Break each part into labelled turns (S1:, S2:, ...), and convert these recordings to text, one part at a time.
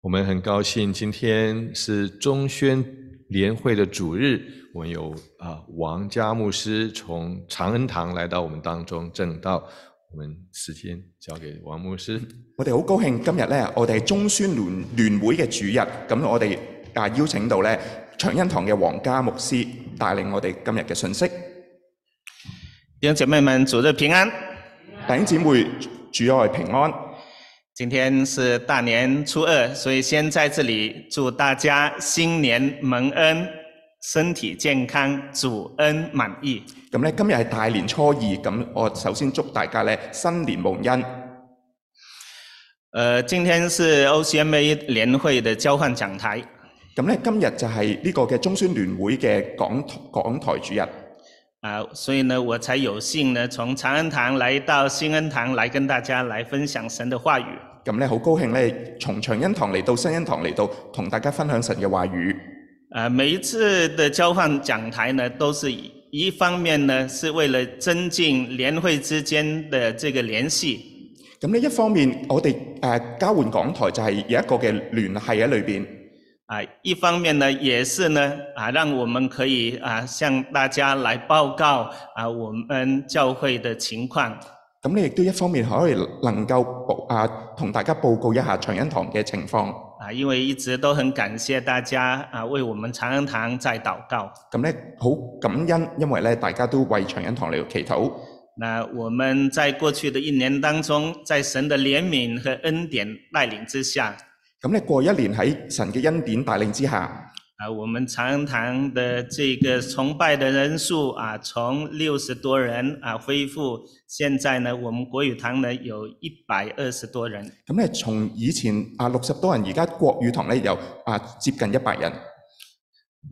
S1: 我们很高兴，今天是中宣联会的主日，我们有啊、王家牧师从长恩堂来到我们当中正道，我们时间交给王牧师。
S2: 我哋好高興今日呢，我哋中宣聯聯會嘅主日，咁我哋啊邀請到呢長恩堂嘅黃家牧師帶領我哋今日嘅信息。
S3: 弟兄姐妹们，主日平安！
S2: 弟兄姊妹，主愛平安。
S3: 今天是大年初二，所以先在这里祝大家新年蒙恩，身体健康，主恩满意。
S2: 咁呢，今日係大年初二，咁我首先祝大家呢新年無恩。
S3: 呃，今天是 OCMA 联会的交换讲台，
S2: 咁呢，今日就係呢個嘅中宣聯會嘅講講台主日。
S3: 啊、所以呢，我才有幸呢从长恩堂来到新恩堂来跟大家来分享神的话语。
S2: 咁呢，好高興呢，從長恩堂嚟到新恩堂嚟到，同大家分享神嘅話語。
S3: 呃，每一次的交换讲台呢，都是以一方面呢是为了增进联会之间的这个联系，
S2: 咁呢一方面，我哋誒、呃交換港台就係有一個嘅聯繫喺裏邊，
S3: 啊，一方面呢，也是呢，啊，让我们可以啊向大家来报告啊我们教会的情况
S2: 咁你亦都一方面可以能夠報啊同大家報告一下長恩堂嘅情況。
S3: 啊，因为一直都很感谢大家啊为我们长安堂在祷告。
S2: 咁呢，好感恩，因為呢大家都為長恩堂嚟到祈禱。
S3: 那我们在过去的一年当中，在神的怜悯和恩典带领之下，
S2: 咁呢，過一年喺神嘅恩典帶領之下，
S3: 啊，我们长安堂的这个崇拜的人数啊，从六十多人啊恢复，现在呢，我们国语堂呢有一百二十多人。
S2: 咁呢，從以前啊六十多人，而家國語堂呢有啊接近一百人。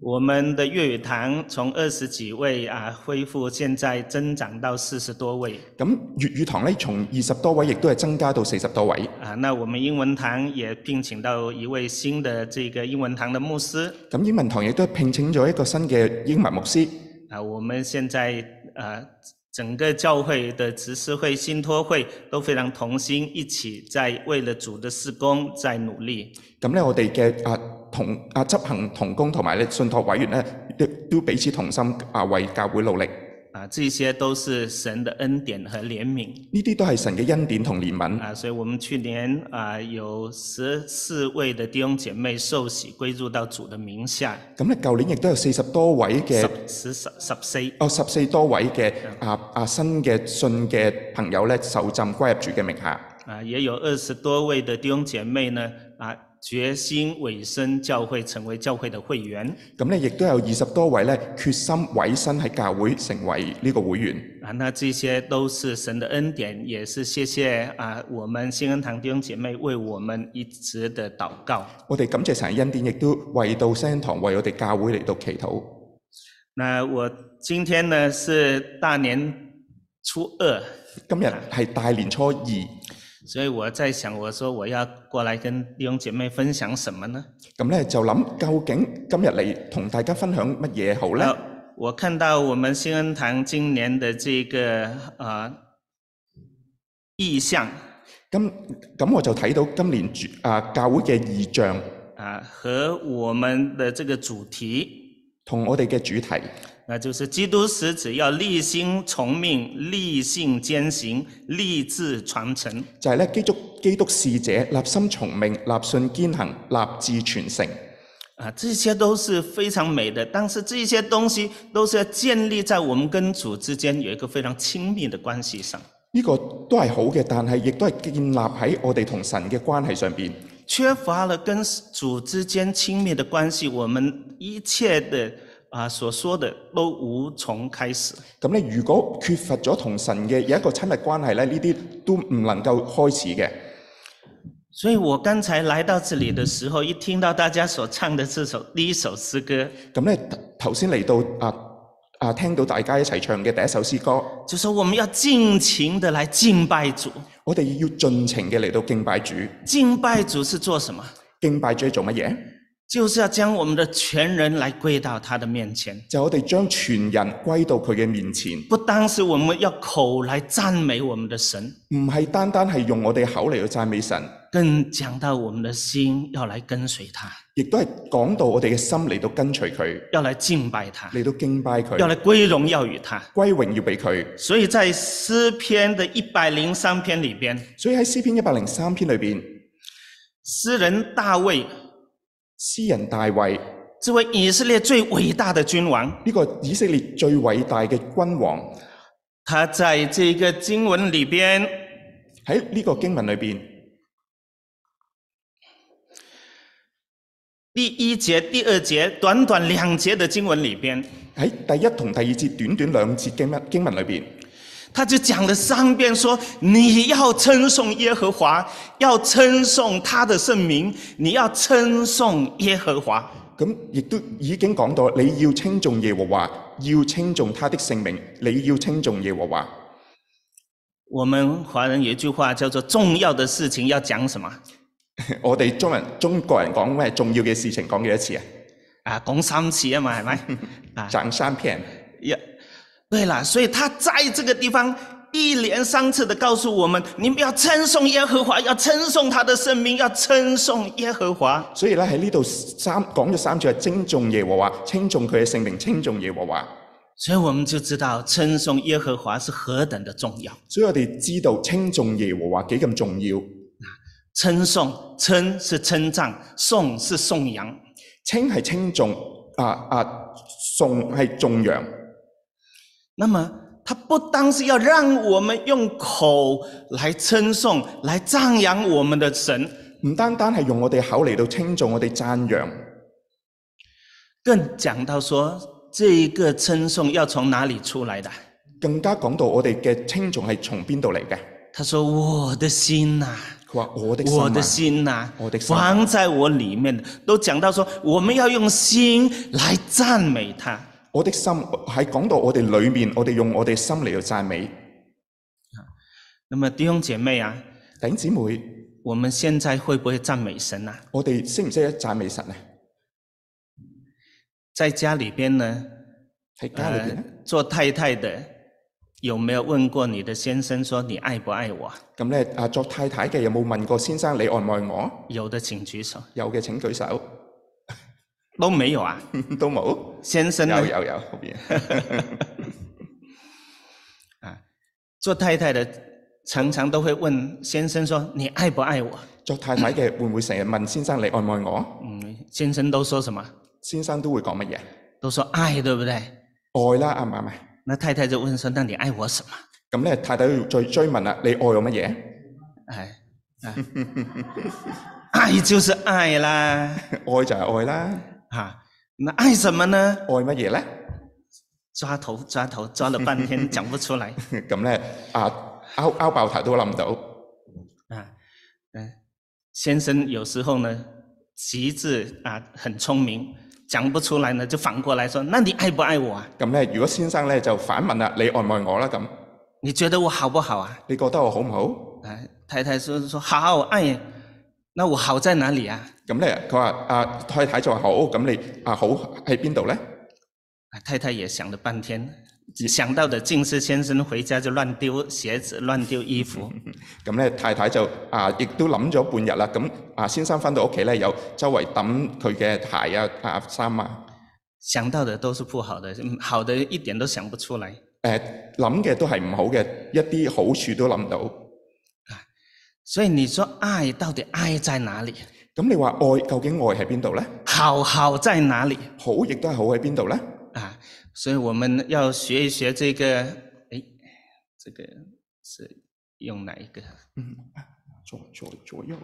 S3: 我们的粤语堂从二十几位啊恢复，现在增长到四十多位
S2: 咁粵語堂呢，從二十多位，亦都係增加到四十多位。
S3: 啊。那我们英文堂也聘请到一位新的这个英文堂的牧师
S2: 咁英文堂亦都聘請咗一個新嘅英文牧師。
S3: 啊。我们现在呃整个教会的执事会、信托会都非常同心，一起在为了主的事工在努力。
S2: 咁咧，我哋嘅啊同啊執行同工同埋咧信託委員咧，都都彼此同心啊，為教會努力。
S3: 啊，这些都是神的恩典和怜悯
S2: 呢啲都係神嘅恩典同憐憫。
S3: 啊，所以我们去年啊有十四位的弟兄姐妹受洗归入到主的名下，
S2: 咁咧，舊年亦都有四十多位嘅，
S3: 十十十十四
S2: 哦十四多位嘅啊啊新嘅信嘅朋友咧，受浸歸入主嘅名下。
S3: 啊，也有二十多位的弟兄姐妹呢啊，决心委身教会，成为教会的会员
S2: 咁咧，亦都有二十多位咧決心委身喺教會成為呢個會員。
S3: 啊。那这些都是神的恩典，也是谢谢啊，我们新恩堂弟兄姐妹为我们一直的祷告。
S2: 我哋感謝神嘅恩典，亦都為到新恩堂為我哋教會嚟到祈禱。
S3: 那我今天呢是大年初二，
S2: 今日係大年初二。
S3: 所以我在想，我说我要过来跟弟兄姐妹分享什么呢？
S2: 咁咧就諗究竟今日嚟同大家分享乜嘢好呢？
S3: 呃，我看到我们新恩堂今年的这个呃意向
S2: 咁咁我就睇到今年主啊教會嘅異象
S3: 啊、和我们的这个主题，
S2: 同我哋嘅主題，
S3: 那就是基督使者要立心从命、立性兼行、立志传承。
S2: 就係、咧基督基督使者立心從命、立信堅行、立志傳承。
S3: 啊，这些都是非常美的，但是这些东西都是要建立在我们跟主之间有一个非常亲密的关系上。
S2: 呢、個都係好嘅，但係亦都係建立喺我哋同神嘅關係上邊。
S3: 缺乏了跟主之间亲密的关系，我们一切的啊、所说的都无从开始。
S2: 咁咧，如果缺乏咗同神嘅有一個親密關係咧，呢啲都唔能夠開始嘅。
S3: 所以我刚才来到这里的时候，一听到大家所唱的这首第一首诗歌，
S2: 咁咧，頭先嚟到啊啊，聽到大家一齊唱嘅第一首詩歌。
S3: 就说我们要尽情的来敬拜主。
S2: 我哋要盡情嘅嚟到敬拜主，
S3: 敬拜主是做什么？
S2: 敬拜主係做乜嘢？
S3: 就是要将我们的全人来归到他的面前。
S2: 就係我哋將全人歸到佢嘅面前，
S3: 不单是我们要口来赞美我们的神，
S2: 唔係單單係用我哋口嚟到讚美神，
S3: 更讲到我们的心要来跟随他，
S2: 亦都係講到我哋嘅心嚟到跟隨佢，
S3: 要来敬拜他，
S2: 嚟到敬拜
S3: 要
S2: 佢，
S3: 来归荣耀与他。
S2: 歸榮要俾佢。
S3: 所以在诗篇的一百零三篇里边，
S2: 所以喺詩篇一百零三篇裏面，
S3: 诗人大卫
S2: 詩人大衛
S3: 这位以色列最伟大的君王，
S2: 呢、個以色列最偉大嘅君王，
S3: 他在这个经文里边，
S2: 喺呢個經文裏面，
S3: 第一节、第二节，短短两节的经文里边，
S2: 喺第一同第二節短短兩節經文經文裏面，
S3: 他就讲了三遍说：“你要称颂耶和华，要称颂他的圣名，你要称颂耶和华。
S2: 咁亦都已經講到你要稱重耶和華，要稱重他的聖名，你要稱重耶和華。”
S3: 我们华人有一句话叫做“重要的事情要讲什么
S2: 我哋中人中國人講咩重要嘅事情講幾多次啊？
S3: 啊？讲三次啊嘛，系咪？啊，
S2: 賺三片。
S3: 也对了，所以他在这个地方一连三次的告诉我们：你们要称颂耶和华，要称颂他的圣名，要称颂耶和华。
S2: 所以咧喺呢度三講咗三次係稱重耶和華，稱重佢嘅聖名，稱重耶和華。
S3: 所以我们就知道称颂耶和华是何等的重要。
S2: 所以我哋知道稱重耶和華幾咁重要。
S3: 称颂，称是称赞，颂是颂扬。
S2: 稱係稱重，啊啊重係重揚。
S3: 那么，他不单是要让我们用口来称颂、来赞扬我们的神，
S2: 唔單單係用我哋口嚟到稱重，我哋讚揚，
S3: 更讲到说这个称颂要从哪里出来的。
S2: 更加講到我哋嘅稱重係從邊度嚟嘅。
S3: 他说：“我的心呐、
S2: 佢話：我的心
S3: 我的
S2: 啊，
S3: 心呐、
S2: 我的心啊
S3: 藏在我里面的，都讲到说我们要用心来赞美他。
S2: 我的心係講到我哋裏面，我哋用我哋心嚟到讚美。
S3: 那么弟兄姐妹啊，
S2: 頂姊妹，
S3: 我们现在会不会赞美神啊呢、
S2: 我哋識唔識得讚美神啊？
S3: 在家里边呢，呃
S2: 喺家裏邊咧，
S3: 做太太的有没有问过你的先生说你爱不爱我？
S2: 咁咧啊作太太嘅有冇問過先生你愛唔愛我？
S3: 有的请举手，
S2: 有嘅請舉手，
S3: 都没有啊。
S2: 都冇。
S3: 先生呢
S2: 有，有有，後邊
S3: 啊做太太的常常都会问先生说你爱不爱我？
S2: 作太太嘅會唔會成日問先生你愛唔愛我？
S3: 嗯，先生都说什么？
S2: 先生都會講乜嘢？
S3: 都说爱，对不对？
S2: 愛啦，啱唔啱啊？
S3: 那太太就问说：“那你爱我什么
S2: 咁咧，太太要再追問啦，你愛我乜嘢？？”
S3: 哎，啊爱就是爱啦，
S2: 愛就係愛啦，
S3: 啊，那爱什么呢？
S2: 愛乜嘢咧？
S3: 抓头抓头抓了半天讲不出来
S2: 咁咧啊，拗拗爆頭都諗唔到。
S3: 啊，嗯，先生有时候呢极致啊很聪明，讲不出来呢就反过来说：“那你爱不爱我啊？
S2: 咁咧，如果先生咧就反問啦，你愛唔愛我啦？咁
S3: 你觉得我好不好啊
S2: 你覺得我好唔好？？”
S3: 啊，太太说说好爱，那我好在哪里啊？
S2: 咁咧，佢話啊，太太就話好，咁你啊好喺邊度咧？
S3: 啊，太太也想了半天，想到的竟是先生回家就乱丢鞋子、乱丢衣服。
S2: 咁咧，太太就啊，亦都諗咗半日啦。咁啊，先生翻到屋企咧，又周圍揼佢嘅鞋啊、啊衫啊，
S3: 想到的都是不好的，嗯好的一点都想不出来。
S2: 誒諗嘅都係唔好嘅，一啲好處都諗唔到。
S3: 所以你说爱到底爱在哪里？
S2: 咁你話愛究竟愛喺邊度咧？
S3: 好好在哪里
S2: 好亦都係好喺邊度咧？
S3: 啊？所以我们要学一学这个，哎，这个是用哪一个？
S2: 左左左右，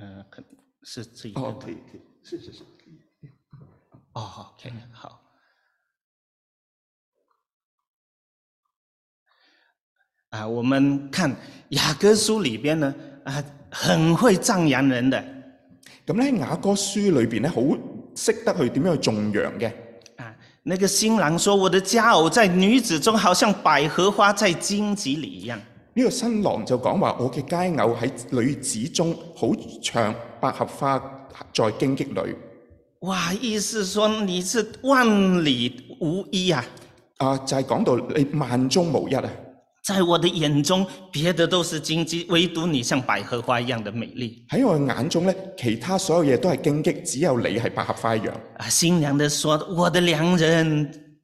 S3: 呃，可是这一个
S2: 哦，
S3: 吧。
S2: 可以可以，是是是，
S3: 哦，OK，好。啊，我们看雅各书里边呢，啊，很会赞扬人的
S2: 咁咧雅歌書裏邊咧，好識得去點樣去重揚嘅。
S3: 啊。那个新郎说：“我的佳偶在女子中，好像百合花在荆棘里一样。
S2: 呢、個新郎就講話：我嘅佳偶喺女子中好像百合花在荊棘裏。”
S3: 哇，意思说你是万里无一啊！
S2: 啊，就係、講到你萬中無一啊！
S3: 在我的眼中，别的都是荆棘，唯独你像百合花一样的美丽
S2: 喺我眼中咧，其他所有嘢都係荊棘，只有你係百合花一樣。
S3: 啊！新娘的说：“我的良人，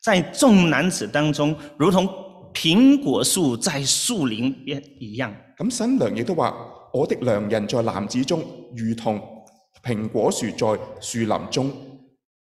S3: 在众男子当中，如同苹果树在树林边一样。
S2: 咁新娘亦都話：我的良人在男子中，如同蘋果樹在樹林中。”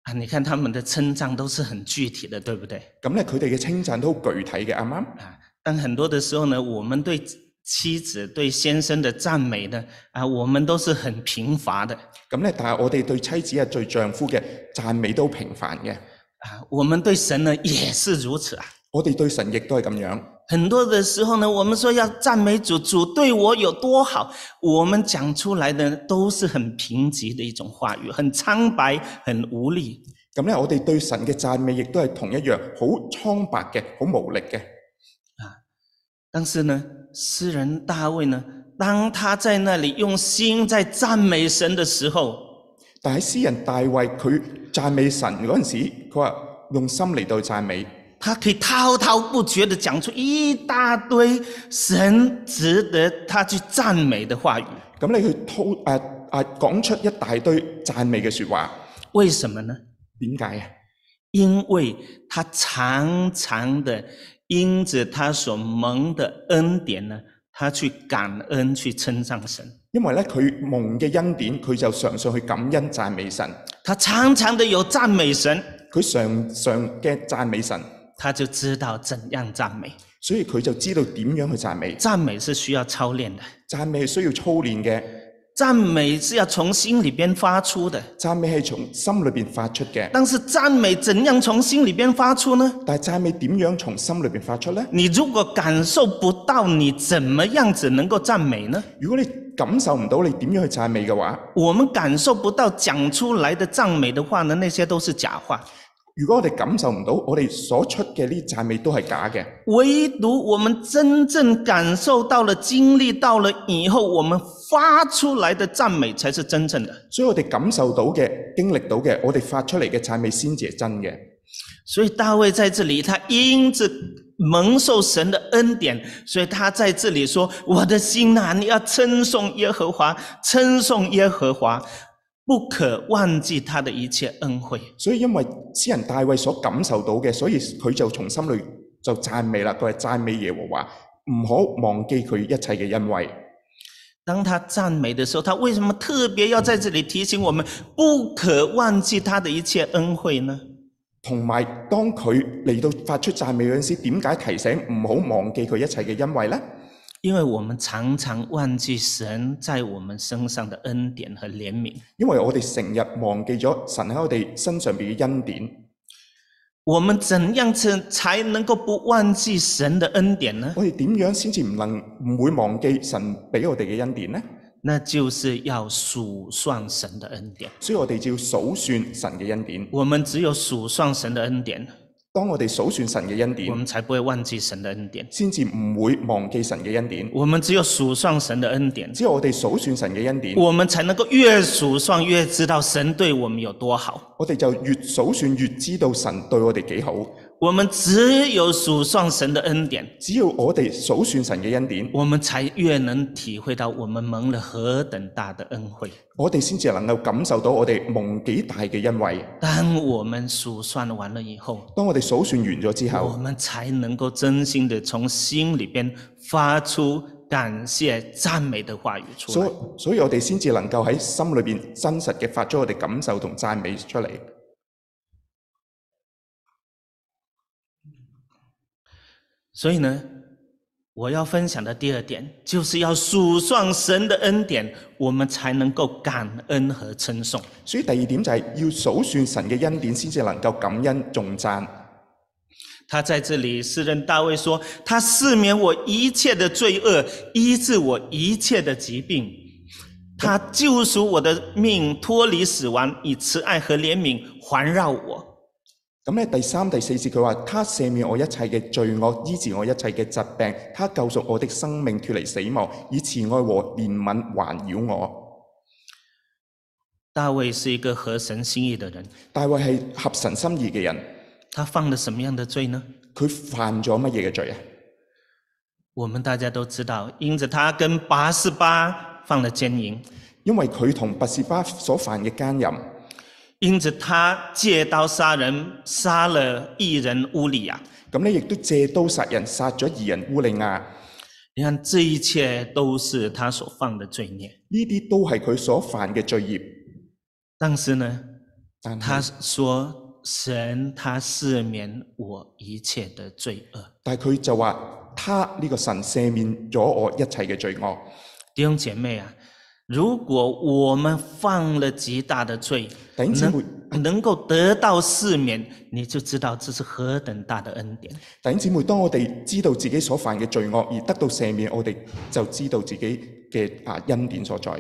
S3: 啊，你看他们的称赞都是很具体的，对不对？
S2: 咁咧，佢哋嘅稱讚都好具體嘅，啱唔啱？
S3: 啊，但很多的时候呢，我们对妻子、对先生的赞美呢，啊，我们都是很贫乏的
S2: 咁咧，但係我哋對妻子啊、對丈夫嘅讚美都平凡嘅，
S3: 啊，我们对神呢也是如此啊。
S2: 我哋對神亦都係咁樣。
S3: 很多的时候呢，我们说要赞美主，主对我有多好，我们讲出来的都是很贫瘠的一种话语，很苍白，很无力。
S2: 咁咧，我哋對神嘅讚美亦都係同一樣，好蒼白嘅，好無力嘅。
S3: 但是呢，诗人大卫呢，当他在那里用心在赞美神的时候，
S2: 但喺詩人大衛佢讚美神嗰陣時，佢話用心嚟到讚美，
S3: 他可以滔滔不绝地讲出一大堆神值得他去赞美的话语。
S2: 咁你去滔啊啊講出一大堆讚美嘅説話，
S3: 为什么呢？
S2: 點解啊？
S3: 因为他常常的因着他所蒙的恩典呢，他去感恩，去称赞神。
S2: 因為咧佢蒙嘅恩典，佢就常常去感恩讚美神，
S3: 他常常的有赞美神，
S2: 佢常常嘅讚美神，
S3: 他就知道怎样赞美。
S2: 所以佢就知道點樣去讚美。
S3: 赞美是需要操练的，
S2: 讚美係需要操練嘅，
S3: 赞美是要从心里边发出的。
S2: 讚美係從心裏邊發出嘅。
S3: 但是赞美怎样从心里边发出呢？
S2: 但係讚美點樣從心裏邊發出呢？
S3: 你如果感受不到，你怎么样子能够赞美呢？
S2: 如果你感受唔到你點樣去讚美嘅話，
S3: 我们感受不到讲出来的赞美的话呢，那些都是假话。
S2: 如果我哋感受唔到，我哋所出嘅呢啲讚美都係假嘅。
S3: 唯独我们真正感受到了、经历到了以后，我们发出来的赞美才是真正的。
S2: 所以我哋感受到嘅、經歷到嘅，我哋發出嚟嘅讚美先至係真嘅。
S3: 所以大卫在这里，他因着蒙受神的恩典，所以他在这里说：“我的心啊，你要称颂耶和华，称颂耶和华，不可忘记他的一切恩惠。
S2: 所以因為詩人大衛所感受到嘅，所以佢就從心裏就讚美啦。佢係讚美耶和華，唔可忘記佢一切嘅恩惠。”
S3: 当他赞美的时候，他为什么特别要在这里提醒我们不可忘记他的一切恩惠呢？
S2: 同埋當佢嚟到發出讚美嗰陣時，點解提醒唔好忘記佢一切嘅恩惠呢？
S3: 因为我们常常忘记神在我们身上的恩典和怜悯，
S2: 因為我哋成日忘記咗神喺我哋身上邊嘅恩典。
S3: 我们怎样才才能够不忘记神的恩典呢？
S2: 我哋點樣先至唔能唔會忘記神俾我哋嘅恩典呢？
S3: 那就是要数算神的恩典。
S2: 所以我哋就要數算神嘅恩典。
S3: 我们只有数算神的恩典，
S2: 當我哋數算神嘅恩
S3: 我
S2: 典，
S3: 们才不会忘记神的恩典。
S2: 先至唔會忘記神嘅恩典。
S3: 我们只有数算神的恩典，
S2: 只有我哋數算神嘅恩典，
S3: 我们才能够越数算越知道神对我们有多好。
S2: 我哋就越數算越知道神對我哋幾好。
S3: 我们只有数算神的恩典，
S2: 只要我哋數算神嘅恩典，
S3: 我们才越能体会到我们蒙了何等大的恩惠。
S2: 我哋先至能夠感受到我哋蒙幾大嘅恩惠。
S3: 当我们数算完了以后，
S2: 當我哋數算完咗之
S3: 我
S2: 後，
S3: 们才能够真心的从心里边发出感谢、赞美的话语出来。
S2: 所所以我哋先至能夠喺心裏邊真實嘅發出我哋感受同讚美出嚟。
S3: 所以呢，我要分享的第二点，就是要数算神的恩典，我们才能够感恩和称颂。
S2: 所以第二點就係要數算神嘅恩典，先至能夠感恩重讚。
S3: 他在这里，诗人大卫说：“他赦免我一切的罪恶，医治我一切的疾病，他救赎我的命，脱离死亡，以慈爱和怜悯环绕我。”
S2: 咁咧第三、第四節佢話：他赦免我一切嘅罪惡，醫治我一切嘅疾病，他救贖我的生命，脱離死亡，以慈愛和憐憫環繞我。
S3: 大卫是一个合神心意的人，
S2: 大衛係合神心意嘅人，
S3: 他犯了什么样的罪呢？
S2: 佢犯咗乜嘢嘅罪啊？
S3: 我们大家都知道，因着他跟拔示巴犯了奸淫，
S2: 因為佢同拔士巴所犯嘅奸淫，
S3: 因着他借刀杀人，杀了一人乌里亚。
S2: 咁呢亦都借刀殺人，殺咗二人烏利亞。
S3: 你看，这一切都是他所犯的罪孽。
S2: 呢啲都係佢所犯嘅罪孽。
S3: 但是呢，
S2: 但
S3: 他
S2: 係，
S3: 说神他赦免我一切的罪恶。
S2: 但係佢就話：他呢個神赦免咗我一切嘅罪惡。
S3: 弟兄姐妹啊，如果我们犯了极大的罪，
S2: 弟兄姊妹，
S3: 能够得到赦免，你就知道这是何等大的恩典。
S2: 弟兄姊妹，當我哋知道自己所犯嘅罪惡而得到赦免，我哋就知道自己嘅啊恩典所在。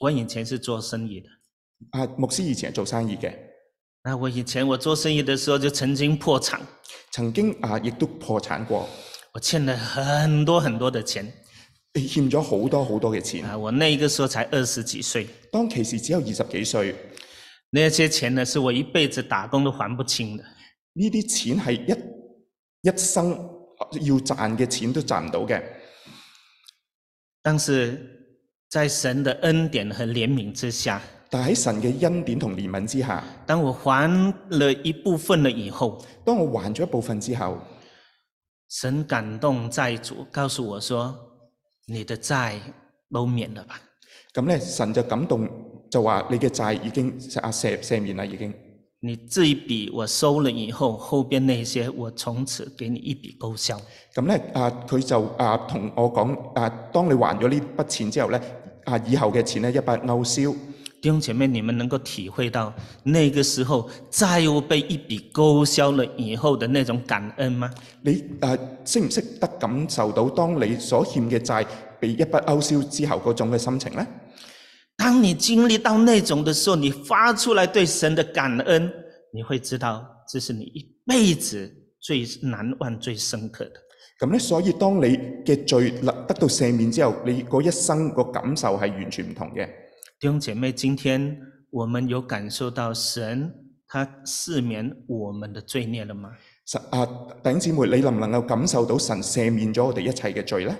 S3: 我以前是做生意的，
S2: 啊，牧師以前係做生意嘅，
S3: 那我以前我做生意的时候就曾经破产，
S2: 曾經啊亦都破產過，
S3: 我欠了很多很多的钱
S2: 欠咗好多好多嘅錢。
S3: 啊！我那个时候才二十几岁，
S2: 當其時只有二十幾歲，
S3: 那些钱呢是我一辈子打工都还不清的。
S2: 呢啲錢係一一生啊要賺嘅錢都賺唔到嘅。
S3: 但是在神的恩典和怜悯之下，
S2: 但喺神嘅恩典同憐憫之下，
S3: 当我还了一部分了以后，
S2: 當我還咗一部分之後，
S3: 神感动债主，告诉我说：“你的债都免了吧。
S2: 咁咧神就感動，就話你嘅債已經啊赦赦免啦，已經。
S3: 你这一笔我收了以后，后边那些我从此给你一笔勾销。
S2: 咁咧啊，佢就啊同我講啊，當你還咗呢筆錢之後咧，啊以後嘅錢咧一筆勾銷。
S3: 弟兄姐妹，你们能够体会到那个时候债务被一笔勾销了以后的那种感恩吗？
S2: 你啊識唔識得感受到當你所欠嘅債被一筆勾銷之後嗰種嘅心情咧？
S3: 当你经历到那种的时候，你发出来对神的感恩，你会知道这是你一辈子最难忘、最深刻的。
S2: 咁咧，所以當你嘅罪立得到赦免之後，你嗰一生個感受係完全唔同嘅。
S3: 弟兄姐妹，今天我们有感受到神他赦免我们的罪孽了吗？
S2: 實啊，弟兄姊妹，你能唔能夠感受到神赦免咗我哋一切嘅罪呢？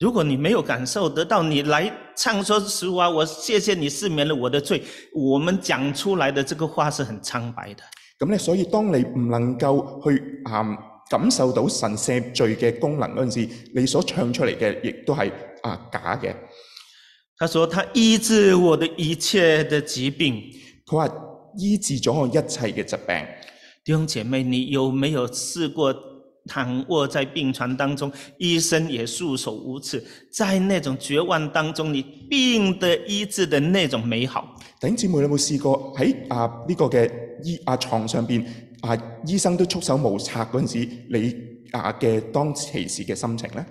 S3: 如果你没有感受得到，你来唱说实话，我谢谢你赦免了我的罪。我们讲出来的这个话是很苍白的。
S2: 咁咧，所以當你唔能夠去啊、感受到神赦罪嘅功能嗰陣時，你所唱出嚟嘅亦都係啊假嘅。
S3: 他说他医治我的一切的疾病。
S2: 佢話醫治咗我一切嘅疾病。
S3: 弟兄姐妹，你有没有试过躺卧在病床当中，医生也束手无策，在那种绝望当中，你病得医治的那种美好？
S2: 弟兄姊妹，你有冇試過喺啊呢、個嘅醫啊床上邊啊醫生都束手無策嗰陣時，你啊嘅當其時嘅心情呢？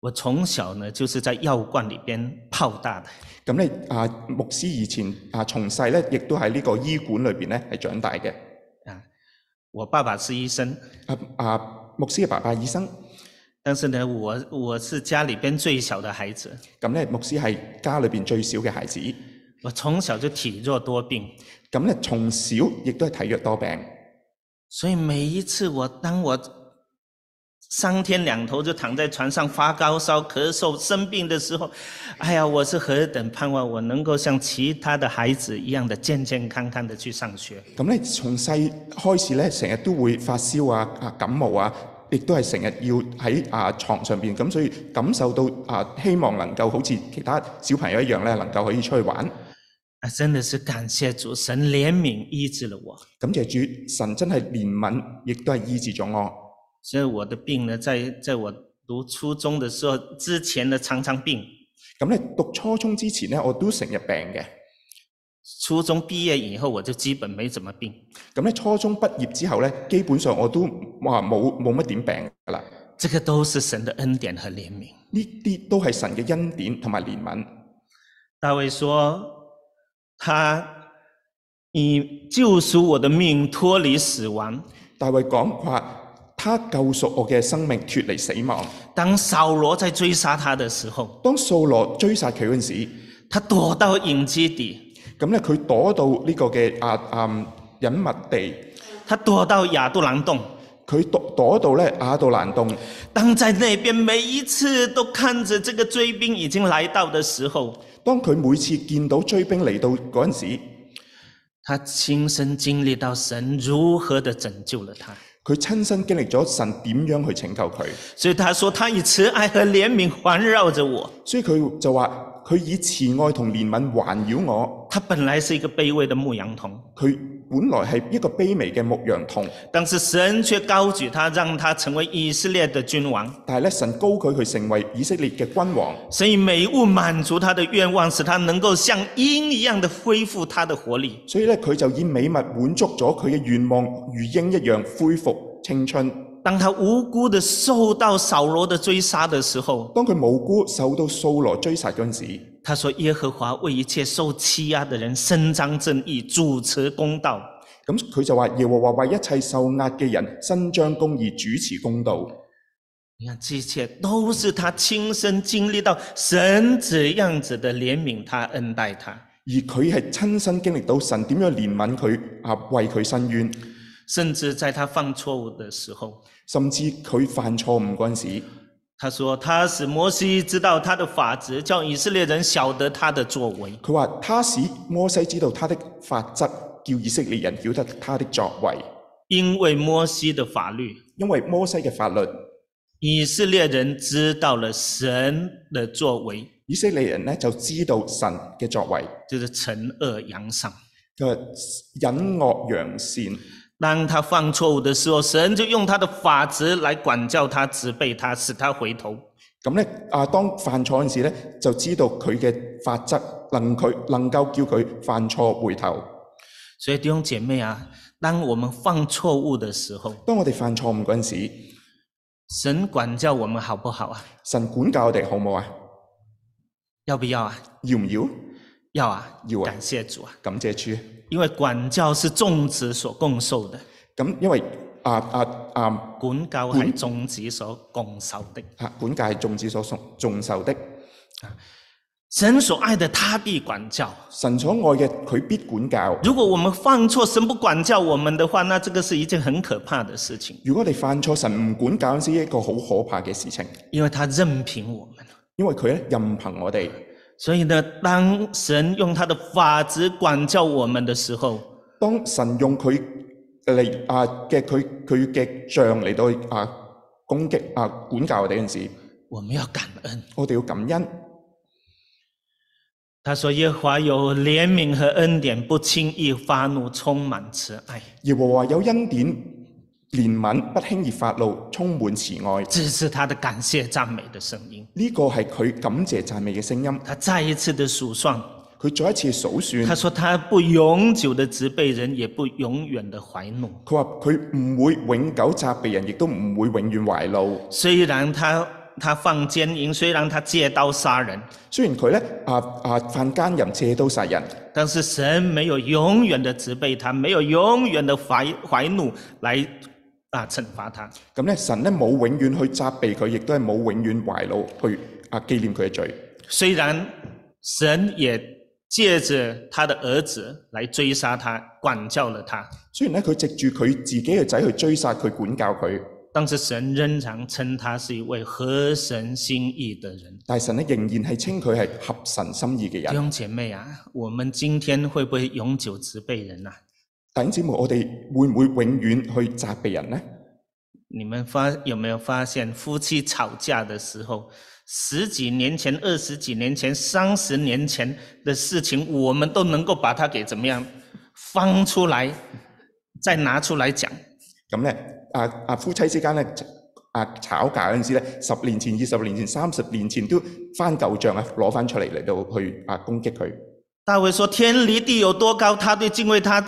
S3: 我从小呢就是在药罐里边泡大的，
S2: 咁咧啊牧師以前啊從細咧亦都喺呢個醫館裏邊咧係長大嘅。
S3: 啊，我爸爸是医生，
S2: 啊啊牧師嘅爸爸醫生，
S3: 但是呢，我我是家里边最小的孩子，
S2: 咁咧牧師係家裏邊最小嘅孩子，
S3: 我从小就体弱多病，
S2: 咁咧從小亦都係體弱多病，
S3: 所以每一次我当我三天两头就躺在床上发高烧、咳嗽、生病的时候，哎呀，我是何等盼望我能够像其他的孩子一样的健健康康的去上学。
S2: 咁咧從細開始咧成日都會發燒啊啊感冒啊，亦都係成日要喺啊床上邊，咁所以感受到啊希望能夠好似其他小朋友一樣咧，能夠可以出去玩。
S3: 啊，真的是感谢主，神怜悯医治了我。
S2: 感謝主，神真係憐憫，亦都係醫治咗我。
S3: 所以我的病呢，在在我读初中的时候之前呢，常常病。
S2: 咁咧讀初中之前咧，我都成日病嘅。
S3: 初中毕业以后，我就基本沒怎麼病。
S2: 咁咧初中畢業之後咧，基本上我都哇冇冇乜點病噶啦。
S3: 这个都是神的恩典和怜悯。
S2: 呢啲都係神嘅恩典同埋憐憫。
S3: 大卫说：“他以救赎我的命，脱离死亡。
S2: 大衛講佢話：他救贖我嘅生命脱離死亡。
S3: 当扫罗在追杀他的时候，
S2: 當掃羅追殺佢嗰陣時，
S3: 他躲到隐基底，
S2: 嗯咁咧佢躲到呢個嘅啊啊隱密地，
S3: 他躲到亚杜兰洞。
S2: 佢躲躲到咧亞杜蘭洞。
S3: 当在那边每一次都看着这个追兵已经来到的时候，
S2: 當佢每次見到追兵嚟到嗰陣時，
S3: 他亲身经历到神如何的拯救了他。
S2: 佢親身經歷咗神點樣去拯救佢，
S3: 所以他说：“他以慈爱和怜悯环绕着我。
S2: 所以佢就話：佢以慈愛同憐憫環繞我。”
S3: 他本来是一个卑微的牧羊童，
S2: 佢本來係一個卑微嘅牧羊童，
S3: 但是神却高举他，让他成为以色列的君王。
S2: 但係咧神高佢佢成為以色列嘅君王，
S3: 神以美物满足他的愿望，使他能够像鹰一样的恢复他的活力。
S2: 所以咧佢就以美物滿足咗佢嘅願望，如鷹一樣恢復青春。
S3: 当他无辜的受到扫罗的追杀的时候，
S2: 當佢無辜受到掃羅追殺嗰陣時，
S3: 他说：“耶和华为一切受欺压的人伸张正义，主持公道。
S2: 咁佢就話：耶和華為一切受壓嘅人伸張公義，主持公道。”
S3: 你看，这一切都是他亲身经历到神怎样子的怜悯他、恩待他。
S2: 而佢係親身經歷到神點樣憐憫佢啊，為佢伸冤，
S3: 甚至在他犯错误的时候，
S2: 甚至佢犯錯誤嗰陣時，
S3: 他说：“他使摩西知道他的法则，叫以色列人晓得他的作为。
S2: 佢話他使摩西知道他的法則，叫以色列人曉得他的作為，
S3: 因为摩西的法律，
S2: 因為摩西嘅法律，
S3: 以色列人知道了神的作为，
S2: 以色列人呢就知道神嘅作為，
S3: 就是惩恶扬善。
S2: 佢話隱惡揚善。
S3: 当他犯错误的时候，神就用他的法则来管教他、责备他，使他回头。
S2: 咁呢，啊，當犯錯嗰陣時呢，就知道佢嘅法則，能佢能夠叫佢犯錯回頭。
S3: 所以弟兄姐妹啊，当我们犯错误的时候，
S2: 當我哋犯錯誤嗰陣時，
S3: 神管教我们好不好啊？
S2: 神管教我哋好唔好啊？
S3: 要不要啊？
S2: 要唔要？
S3: 要啊！
S2: 要啊
S3: 感谢主啊！
S2: 感謝主。
S3: 因为管教是众子所共受的，
S2: 咁因為啊啊啊
S3: 管教系众子所共受的。
S2: 啊，本界係眾子所送眾受的，
S3: 神所爱的，他必管教。
S2: 神所愛嘅佢必管教。
S3: 如果我们犯错，神不管教我们的话，那这个是一件很可怕的事情，
S2: 如果我哋犯錯，神唔管教是一個好可怕嘅事情，
S3: 因为他任凭我们。
S2: 因為佢咧任憑我哋。
S3: 所以呢，当神用他的法子管教我们的时候，
S2: 當神用佢嚟啊嘅佢佢嘅杖嚟到啊攻擊啊管教我哋嗰陣時，
S3: 我们要感恩。
S2: 我哋要感恩。
S3: 他说：“耶和华有怜悯和恩典，不轻易发怒，充满慈爱。
S2: 耶和華有恩典、憐憫，不輕易發怒，充滿慈愛。”
S3: 这是他的感谢赞美的声音。
S2: 呢、個係佢感謝讚美嘅聲音。
S3: 他再一次的数算，
S2: 佢再一次數算
S3: 他。说他不永久的责备人，也不永远的怀怒。
S2: 佢話：佢唔會永久責備人，亦都唔會永遠懷怒。
S3: 虽然他他放奸淫，虽然他借刀杀人，
S2: 雖然佢呢啊啊犯奸淫、借刀殺人，
S3: 但是神没有永远的责备他，没有永远的怀怀怒来啊惩罚他。
S2: 咁呢神呢冇永遠去責備佢，亦都係冇永遠懷怒去啊紀念佢嘅罪。
S3: 虽然神也借着他的儿子来追杀他，管教了他，
S2: 雖然呢，佢藉住佢自己嘅仔去追殺佢、管教佢，
S3: 但是神仍然称他是一位合神心意的人。
S2: 但係神呢仍然係稱佢係合神心意嘅
S3: 弟
S2: 人。
S3: 兄姐妹啊，我们今天会不会永久责备人呐、啊？
S2: 弟兄姊妹，我哋會唔會永遠去責備人呢？
S3: 你们发有没有发现，夫妻吵架的时候，十几年前、二十几年前、三十年前的事情，我们都能够把它给怎么样翻出来，再拿出来讲。
S2: 咁呢，啊啊夫妻之間呢，啊吵架嗰陣時咧，十年前、二十年前、三十年前都翻舊帳啊，攞翻出嚟嚟到去啊攻擊佢。
S3: 大卫说：“天离地有多高，他对敬畏他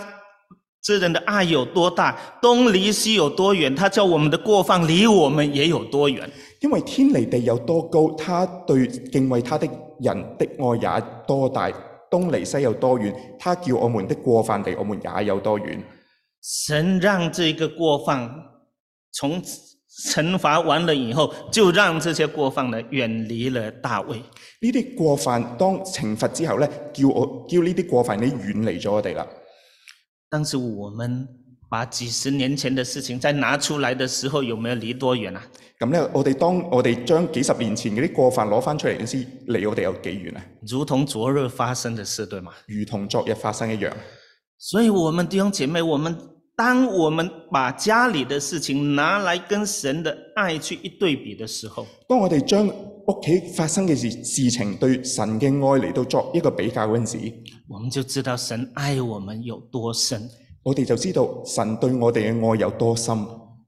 S3: 之人的爱有多大；东离西有多远，他叫我们的过犯离我们也有多远。
S2: 因為天離地有多高，他對敬畏他的人的愛也多大。東離西有多遠，他叫我們的過犯離我們也有多遠。
S3: 神让这个过犯从惩罚完了以后，就让这些过犯呢远离了大卫。
S2: 呢啲過犯當懲罰之後呢，叫我叫呢啲過犯你遠離咗我哋啦。
S3: 但是我们把几十年前的事情再拿出来的时候，有没有离多远啊？
S2: 咁咧，我哋當我哋將幾十年前嗰啲過犯攞翻出嚟嗰陣時，離我哋有幾遠啊？
S3: 如同昨日发生的事，对吗？
S2: 如同昨日發生一樣。
S3: 所以，我们弟兄姐妹，我们当我们把家里的事情拿来跟神的爱去一对比的时候，
S2: 當我哋將屋企發生嘅事事情對神嘅愛嚟到作一個比較嗰陣時，
S3: 我们就知道神爱我们有多深。
S2: 我哋就知道神對我哋嘅愛有多深，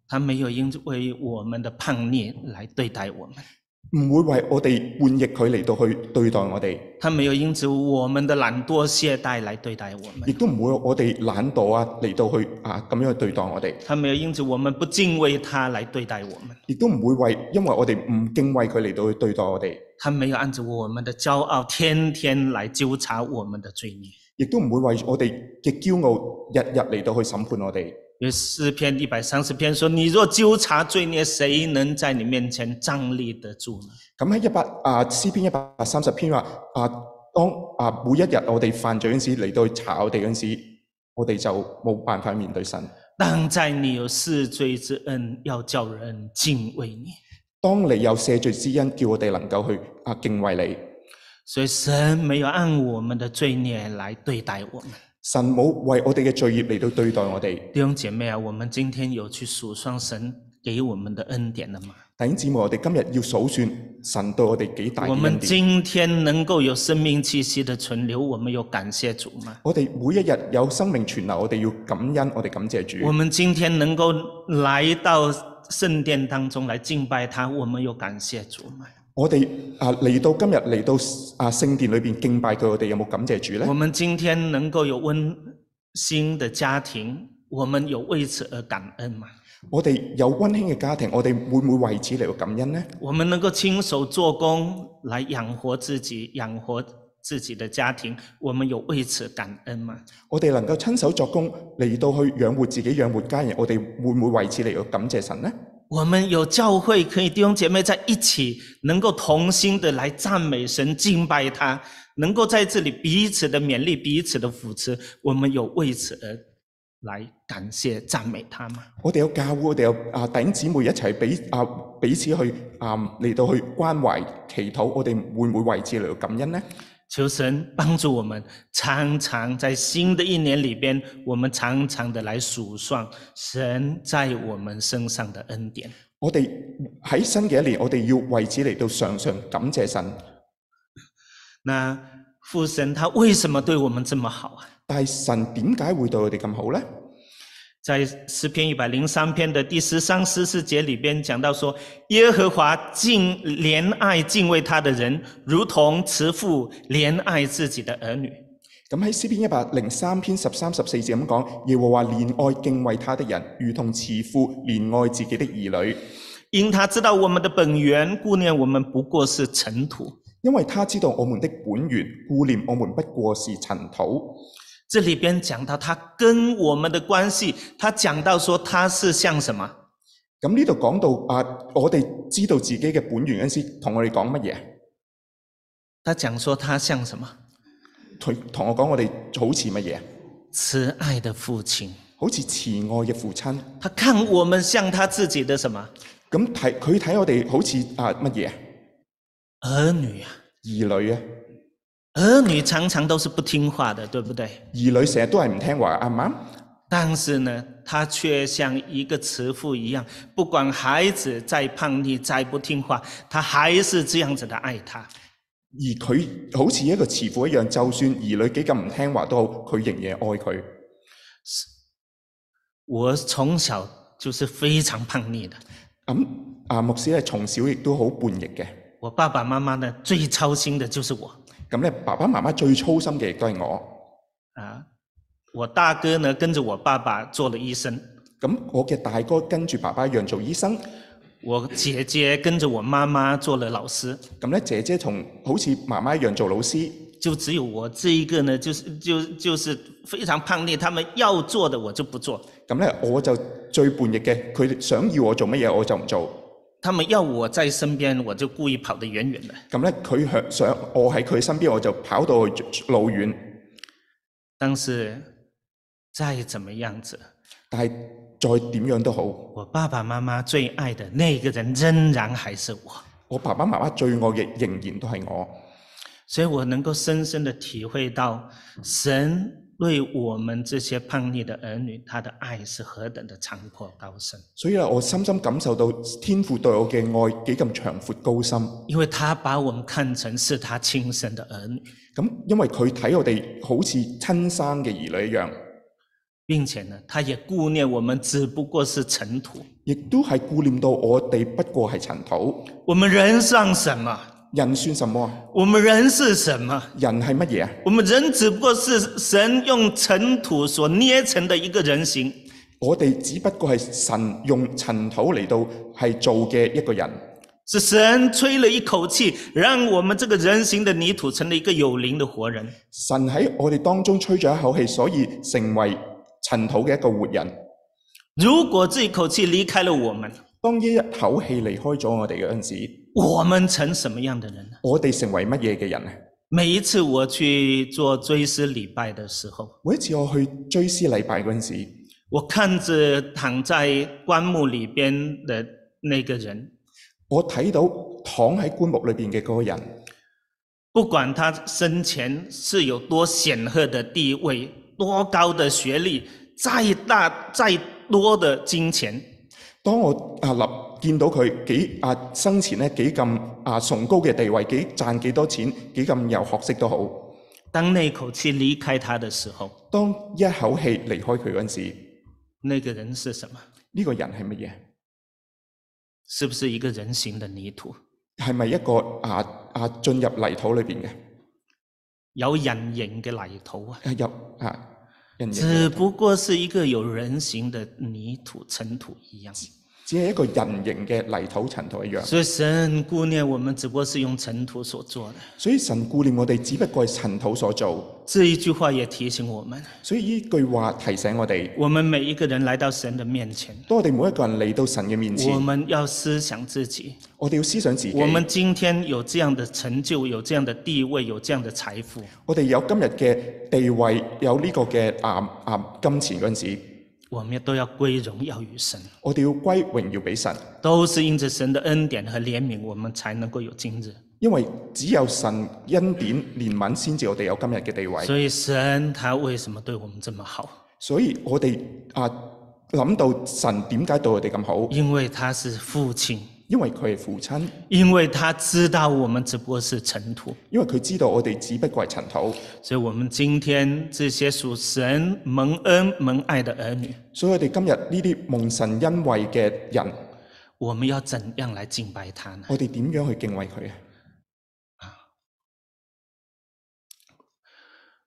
S3: 他没有因为我们的叛逆来对待我们，
S2: 唔會為我哋叛逆佢嚟到去對待我哋，
S3: 他没有因着我们的懒惰懈怠来对待我
S2: 亦
S3: 们，
S2: 都唔會我哋懶惰啊嚟到去啊咁樣去對待我哋，
S3: 他没有因着我们不敬畏他来对待我们，
S2: 亦都唔會為因為我哋唔敬畏佢嚟到去對待我哋，
S3: 他没有按着我们的骄傲天天来纠察我们的罪孽。
S2: 亦都唔會為我哋嘅驕傲日日嚟到去審判我哋。
S3: 因为诗篇一百三十篇说：“你若纠察罪孽，谁能在你面前站立得住呢？”
S2: 咁喺一百啊詩篇一百三十篇話啊，當啊每一日我哋犯罪嗰陣時嚟到去查我哋嗰陣時，我哋就冇辦法面對神。
S3: 但在你有赦罪之恩，要叫人敬畏你。
S2: 當你有赦罪之恩，叫我哋能夠去啊敬畏你。
S3: 所以神没有按我们的罪孽来对待我们。
S2: 神冇為我哋嘅罪孽嚟到對待我哋。
S3: 弟兄姐妹啊，我们今天有去数算神给我们的恩典了吗？
S2: 弟兄姊妹，我哋今日要數算神對我哋幾大嘅
S3: 我们
S2: 恩典。
S3: 今天能够有生命气息的存留，我们有感谢主吗？
S2: 我哋每一日有生命存留，我哋要感恩，我哋感謝主。
S3: 我们今天能够来到圣殿当中来敬拜他，我们有感谢主吗？
S2: 我哋啊嚟到今日嚟到啊聖殿裏邊敬拜佢，我哋有冇感謝主呢？
S3: 我们今天能够有温馨的家庭，我们有为此而感恩吗？
S2: 我哋有温馨嘅家庭，我哋會唔會為此嚟到感恩呢？
S3: 我们能够亲手做工来养活自己，养活自己的家庭，我们有为此感恩吗？
S2: 我哋能夠親手作工嚟到去養活自己、養活家人，我哋會唔會為此嚟到感謝神呢？
S3: 我们有教会可以弟兄姐妹在一起，能够同心的来赞美神、敬拜他，能够在这里彼此的勉励、彼此的扶持，我们有为此而来感谢、赞美他吗？
S2: 我哋有教會，我哋有啊弟兄姊妹一齊彼啊彼此去啊嚟到去關懷祈禱，我哋會唔會為此嚟到感恩呢？
S3: 求神帮助我们，常常在新的一年里边，我们常常的来数算神在我们身上的恩典。
S2: 我哋喺新嘅一年，我哋要為此嚟到常常感謝神。
S3: 那父神他为什么对我们这么好啊？
S2: 但係神點解會對我哋咁好呢？
S3: 在诗篇一百零三篇的第十三、十四节里边讲到说，耶和华敬怜爱敬畏他的人，如同慈父怜爱自己的儿女。
S2: 咁喺詩篇一百零三篇十三十四節咁講，耶和華憐愛敬畏他的人，如同慈父憐愛自己的兒女。
S3: 因他知道我们的本源，顾念我们不过是尘土。
S2: 因为他知道我们的本源，顾念我们不过是尘土。
S3: 这里边讲到他跟我们的关系，他讲到说他是像什么？
S2: 咁呢度講到啊，我哋知道自己嘅本源嗰陣時，同我哋講乜嘢？
S3: 他讲说他像什么？
S2: 佢同我講，我哋好似乜嘢？
S3: 慈爱的父亲，
S2: 好似慈愛嘅父親。
S3: 他看我们像他自己的什么
S2: 咁睇佢睇我哋好似啊乜嘢？
S3: 儿女啊？
S2: 兒女啊，
S3: 儿女常常都是不听话的，对不对？
S2: 兒女成日都係唔聽話，啱唔啱？
S3: 但是呢，他却像一个慈父一样，不管孩子再叛逆、再不听话，他还是这样子的爱他。
S2: 而佢好似一個慈父一樣，就算兒女幾咁唔聽話都好，佢仍然愛佢。
S3: 我从小就是非常叛逆的，
S2: 咁啊，牧師咧從小亦都好叛逆嘅。
S3: 我爸爸妈妈呢最操心的就是我
S2: 咁咧，爸爸媽媽最操心嘅亦都係我。
S3: 啊，我大哥呢跟着我爸爸做了医生，
S2: 咁我嘅大哥跟住爸爸一樣做醫生，
S3: 我姐姐跟着我妈妈做了老师，
S2: 咁咧姐姐同好似媽媽一樣做老師，
S3: 就只有我这一个呢，就是就就是非常叛逆，他们要做的我就不做，
S2: 咁咧我就最叛逆嘅，佢哋想要我做乜嘢我就唔做，
S3: 他们要我在身边，我就故意跑得远远的。
S2: 咁咧佢想想我喺佢身邊我就跑到去老遠，
S3: 但是再怎么样子，
S2: 但係再點樣都好，
S3: 我爸爸妈妈最爱的那个人仍然还是我，
S2: 我爸爸媽媽最愛嘅仍然都係我。
S3: 所以我能够深深的体会到神对我们这些叛逆的儿女，他的爱是何等的长阔高深，
S2: 所以咧，我深深感受到天父對我嘅愛幾咁長闊高深。
S3: 因为他把我们看成是他亲生的儿女，
S2: 咁因為佢睇我哋好似親生嘅兒女一樣，
S3: 并且呢，他也顾念我们只不过是尘土，
S2: 亦都係顧念到我哋不過係塵土。
S3: 我们人算什么？
S2: 人算什麼啊？
S3: 我们人是什么？
S2: 人係乜嘢啊？
S3: 我们人只不过是神用尘土所捏成的一个人形，
S2: 我哋只不過係神用塵土嚟到係做嘅一個人，
S3: 是神吹了一口气，让我们这个人形的泥土成了一个有灵的活人。
S2: 神喺我哋當中吹咗一口氣，所以成為塵土嘅一個活人。
S3: 如果这一口气离开了我们，
S2: 當呢一口氣離開咗我哋嗰陣時，
S3: 我们成什么样的人呢？
S2: 我哋成為乜嘢嘅人啊？
S3: 每一次我去做追思礼拜的时候，
S2: 每一次我去追思禮拜嗰陣時，
S3: 我看着躺在棺木里边的那个人，
S2: 我睇到躺喺棺木裏面嘅嗰個人，
S3: 不管他生前是有多显赫的地位、多高的学历、再大再多的金钱，
S2: 當我啊立見到佢幾啊生前咧幾咁啊崇高嘅地位，幾賺幾多錢，幾咁有學識都好。
S3: 当那口气离开他的时候，
S2: 當一口氣離開佢嗰陣時，
S3: 那个人是什么？
S2: 呢、個人係乜嘢？
S3: 是不是一个人形的泥土，
S2: 係咪一個啊啊進入泥土裏面嘅
S3: 有人形嘅泥土啊？
S2: 啊入啊人形嘅？
S3: 只不过是一个有人形的泥土尘土一样，
S2: 只係一個人形嘅泥土塵土一樣。
S3: 所以神顾念我们，只不过是用尘土所做的。
S2: 所以神顧念我哋，只不過係塵土所做。
S3: 这一句话也提醒我们，
S2: 所以呢句話提醒我哋，
S3: 我们每一个人来到神的面前，
S2: 當我哋每一個人嚟到神嘅面
S3: 我
S2: 前，
S3: 们要思想自己，
S2: 我哋要思想自己。
S3: 我们今天有这样的成就，有这样的地位，有这样的财富，
S2: 我哋有今日嘅地位，有呢個嘅啊啊金錢嗰陣時，
S3: 我们都要归荣耀于神，
S2: 我哋要歸榮耀俾神，
S3: 都是因着神的恩典和怜悯，我们才能够有今日。
S2: 因為只有神恩典憐憫先至我哋有今日嘅地位。
S3: 所以神他为什么对我们这么好？
S2: 所以我哋啊諗到神點解對我哋咁好，
S3: 因为他是父亲，
S2: 因為佢係父親，
S3: 因为他知道我们只不过是尘土，
S2: 因為佢知道我哋只不過係塵土，
S3: 所以我们今天这些属神蒙恩蒙爱的儿女，
S2: 所以我哋今日呢啲蒙神恩惠嘅人，
S3: 我们要怎样来敬拜他呢？
S2: 我哋點樣去敬畏佢啊？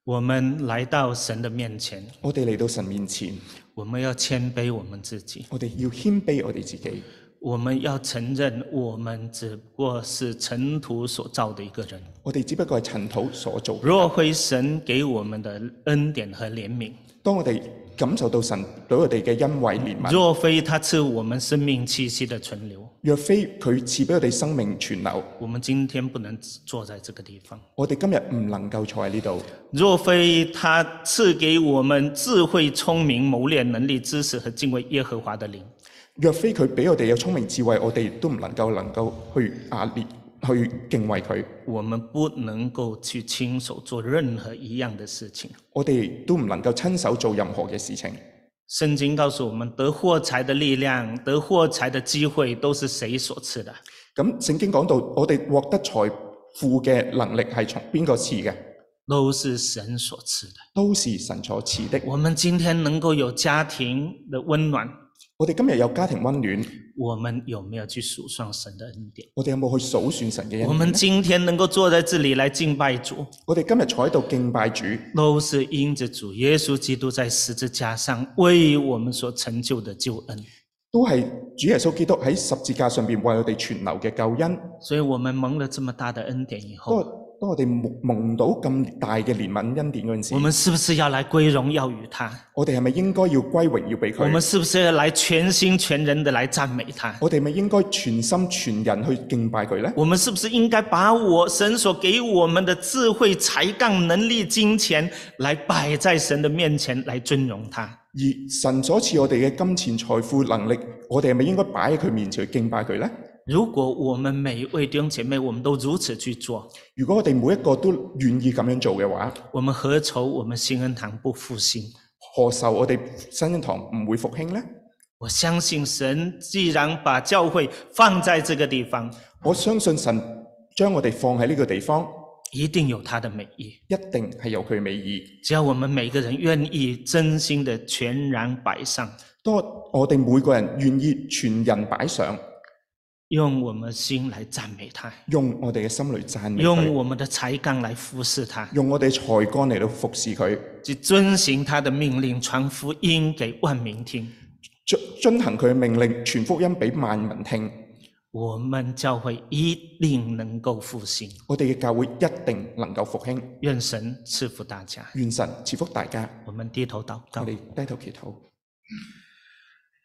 S3: 我们来到神的面前，
S2: 我哋嚟到神面前，
S3: 我们要谦卑我们自己，
S2: 我哋要謙卑我哋自己，
S3: 我们要承认我们只不过是尘土所造的一个人。
S2: 我哋只不過係塵土所做。
S3: 若非神给我们的恩典和怜悯，
S2: 當我哋感受到神對我哋嘅恩惠憐憫，
S3: 若非他赐我们生命气息的存留，
S2: 若非佢賜俾我哋生命存留，
S3: 我们今天不能坐在这个地方；
S2: 我哋今日唔能夠坐喺呢度。
S3: 若非他赐给我们智慧、聪明、谋略、能力、知识和敬畏耶和华的灵，
S2: 若非佢俾我哋有聰明智慧，我哋都唔能夠能夠去啊列去敬畏佢，
S3: 我们不能够去亲手做任何一样的事情。
S2: 我哋都唔能夠親手做任何嘅事情。
S3: 圣经告诉我们，得获财的力量、得获财的机会，都是谁所赐的？
S2: 咁聖經講到，我哋獲得財富嘅能力係從邊個賜嘅？
S3: 都是神所赐的。
S2: 都是神所賜的。
S3: 我们今天能够有家庭的温暖，
S2: 我哋今日有家庭温暖，
S3: 我们有没有去数算神的恩典？
S2: 我哋有冇去數算神嘅
S3: 我
S2: 恩典
S3: 们
S2: 呢？
S3: 今天能够坐在这里来敬拜主，
S2: 我哋今日坐喺度敬拜主，
S3: 都是因着主耶稣基督在十字架上为我们所成就的救恩。
S2: 都係主耶穌基督喺十字架上面為我哋存留嘅救恩。
S3: 所以，我们蒙了这么大的恩典以
S2: 不
S3: 后，
S2: 過當我哋蒙蒙到咁大嘅憐憫恩典嗰陣時
S3: 我，们是不是要来归荣耀与他？
S2: 我哋係咪應該要歸榮耀俾
S3: 我们
S2: 佢？
S3: 是不是要来全心全人的来赞美他？
S2: 我哋咪應該全心全人去敬拜佢呢？
S3: 我们是不是应该把我神所给我们的智慧、才干、能力、金钱，来摆在神的面前，来尊荣他？
S2: 而神所賜我哋嘅金錢、財富、能力，我哋係咪應該擺喺佢面前去敬拜佢呢？
S3: 如果我们每一位弟兄姐妹，我们都如此去做，
S2: 如果我哋每一個都願意咁樣做嘅話，
S3: 我们何愁我们新恩堂不复兴？
S2: 何愁我哋新恩堂唔會復興呢？
S3: 我相信神既然把教会放在这个地方，
S2: 我相信神將我哋放喺呢個地方，
S3: 一定有他的美意。
S2: 一定係有佢美意。
S3: 只要我们每个人愿意真心的全然摆上，
S2: 當我哋每個人願意全人擺上，
S3: 用我们心来赞美他，
S2: 用我哋嘅心裏讚美
S3: 用
S2: 佢，
S3: 我们的才干来服侍他，
S2: 用我哋才幹嚟到服侍佢，
S3: 去遵行他的命令，传福音给万民听。
S2: 遵遵行佢嘅命令，傳福音俾萬民聽。
S3: 我们教会一定能够复兴。
S2: 我哋嘅教會一定能夠復興。
S3: 愿神赐福大家。
S2: 願神賜福大家。
S3: 我们低头祷
S2: 我
S3: 告
S2: 哋。低頭祈禱。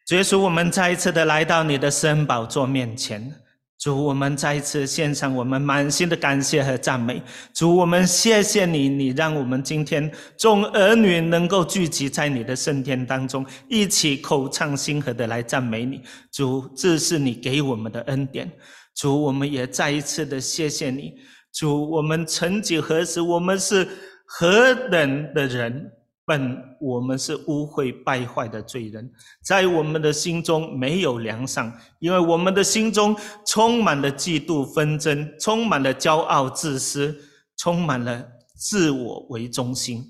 S3: 主耶稣，我们再一次的来到你的施恩宝座面前。主，我们再一次献上我们满心的感谢和赞美。主，我们谢谢你，你让我们今天众儿女能够聚集在你的圣殿当中，一起口唱心和的来赞美你。主，这是你给我们的恩典。主，我们也再一次的谢谢你。主，我们曾几何时，我们是何等的人，本我们是污秽败坏的罪人，在我们的心中没有良善，因为我们的心中充满了嫉妒、纷争，充满了骄傲、自私，充满了自我为中心。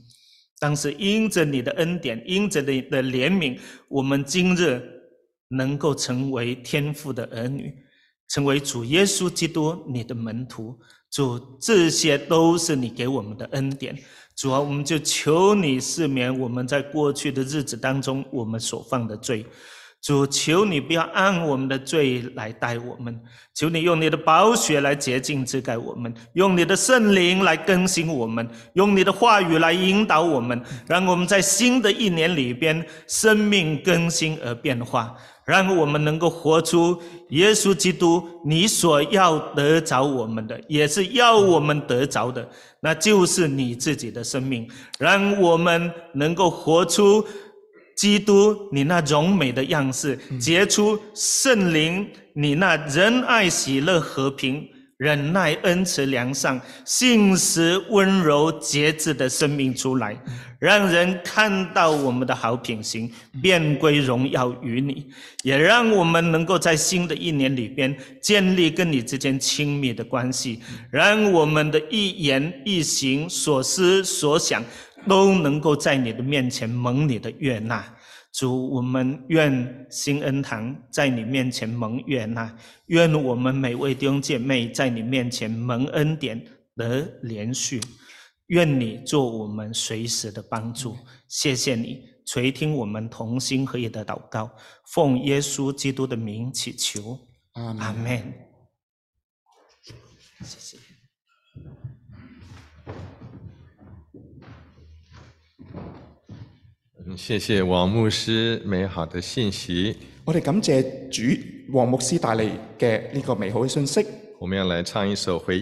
S3: 但是因着你的恩典，因着你的怜悯，我们今日能够成为天父的儿女，成为主耶稣基督你的门徒。主，这些都是你给我们的恩典。主啊，我们就求你赦免我们在过去的日子当中我们所犯的罪。主，求你不要按我们的罪来待我们，求你用你的宝血来洁净遮盖我们，用你的圣灵来更新我们，用你的话语来引导我们，让我们在新的一年里边生命更新而变化，让我们能够活出耶稣基督你所要得着我们的，也是要我们得着的，那就是你自己的生命，让我们能够活出。基督你那荣美的样式，结出圣灵你那仁爱、喜乐、和平、忍耐、恩慈、良善、信实、温柔、节制的生命出来，让人看到我们的好品行，变归荣耀于你，也让我们能够在新的一年里边建立跟你之间亲密的关系，让我们的一言一行、所思所想。都能够在你的面前蒙你的悦纳。主，我们愿新恩堂在你面前蒙悦纳，愿我们每位弟兄姐妹在你面前蒙恩典得连续。愿你做我们随时的帮
S2: 嗯
S3: 助，谢谢你垂听我们同心合意的祷告，奉耶稣基督的名祈求，
S2: 阿
S3: 阿
S2: 门。
S3: 门。谢谢。
S1: 嗯谢谢王牧师美好的信息。
S2: 我哋感謝主黃牧師帶嚟嘅呢個美好嘅信息。
S1: 我们要来唱一首回应。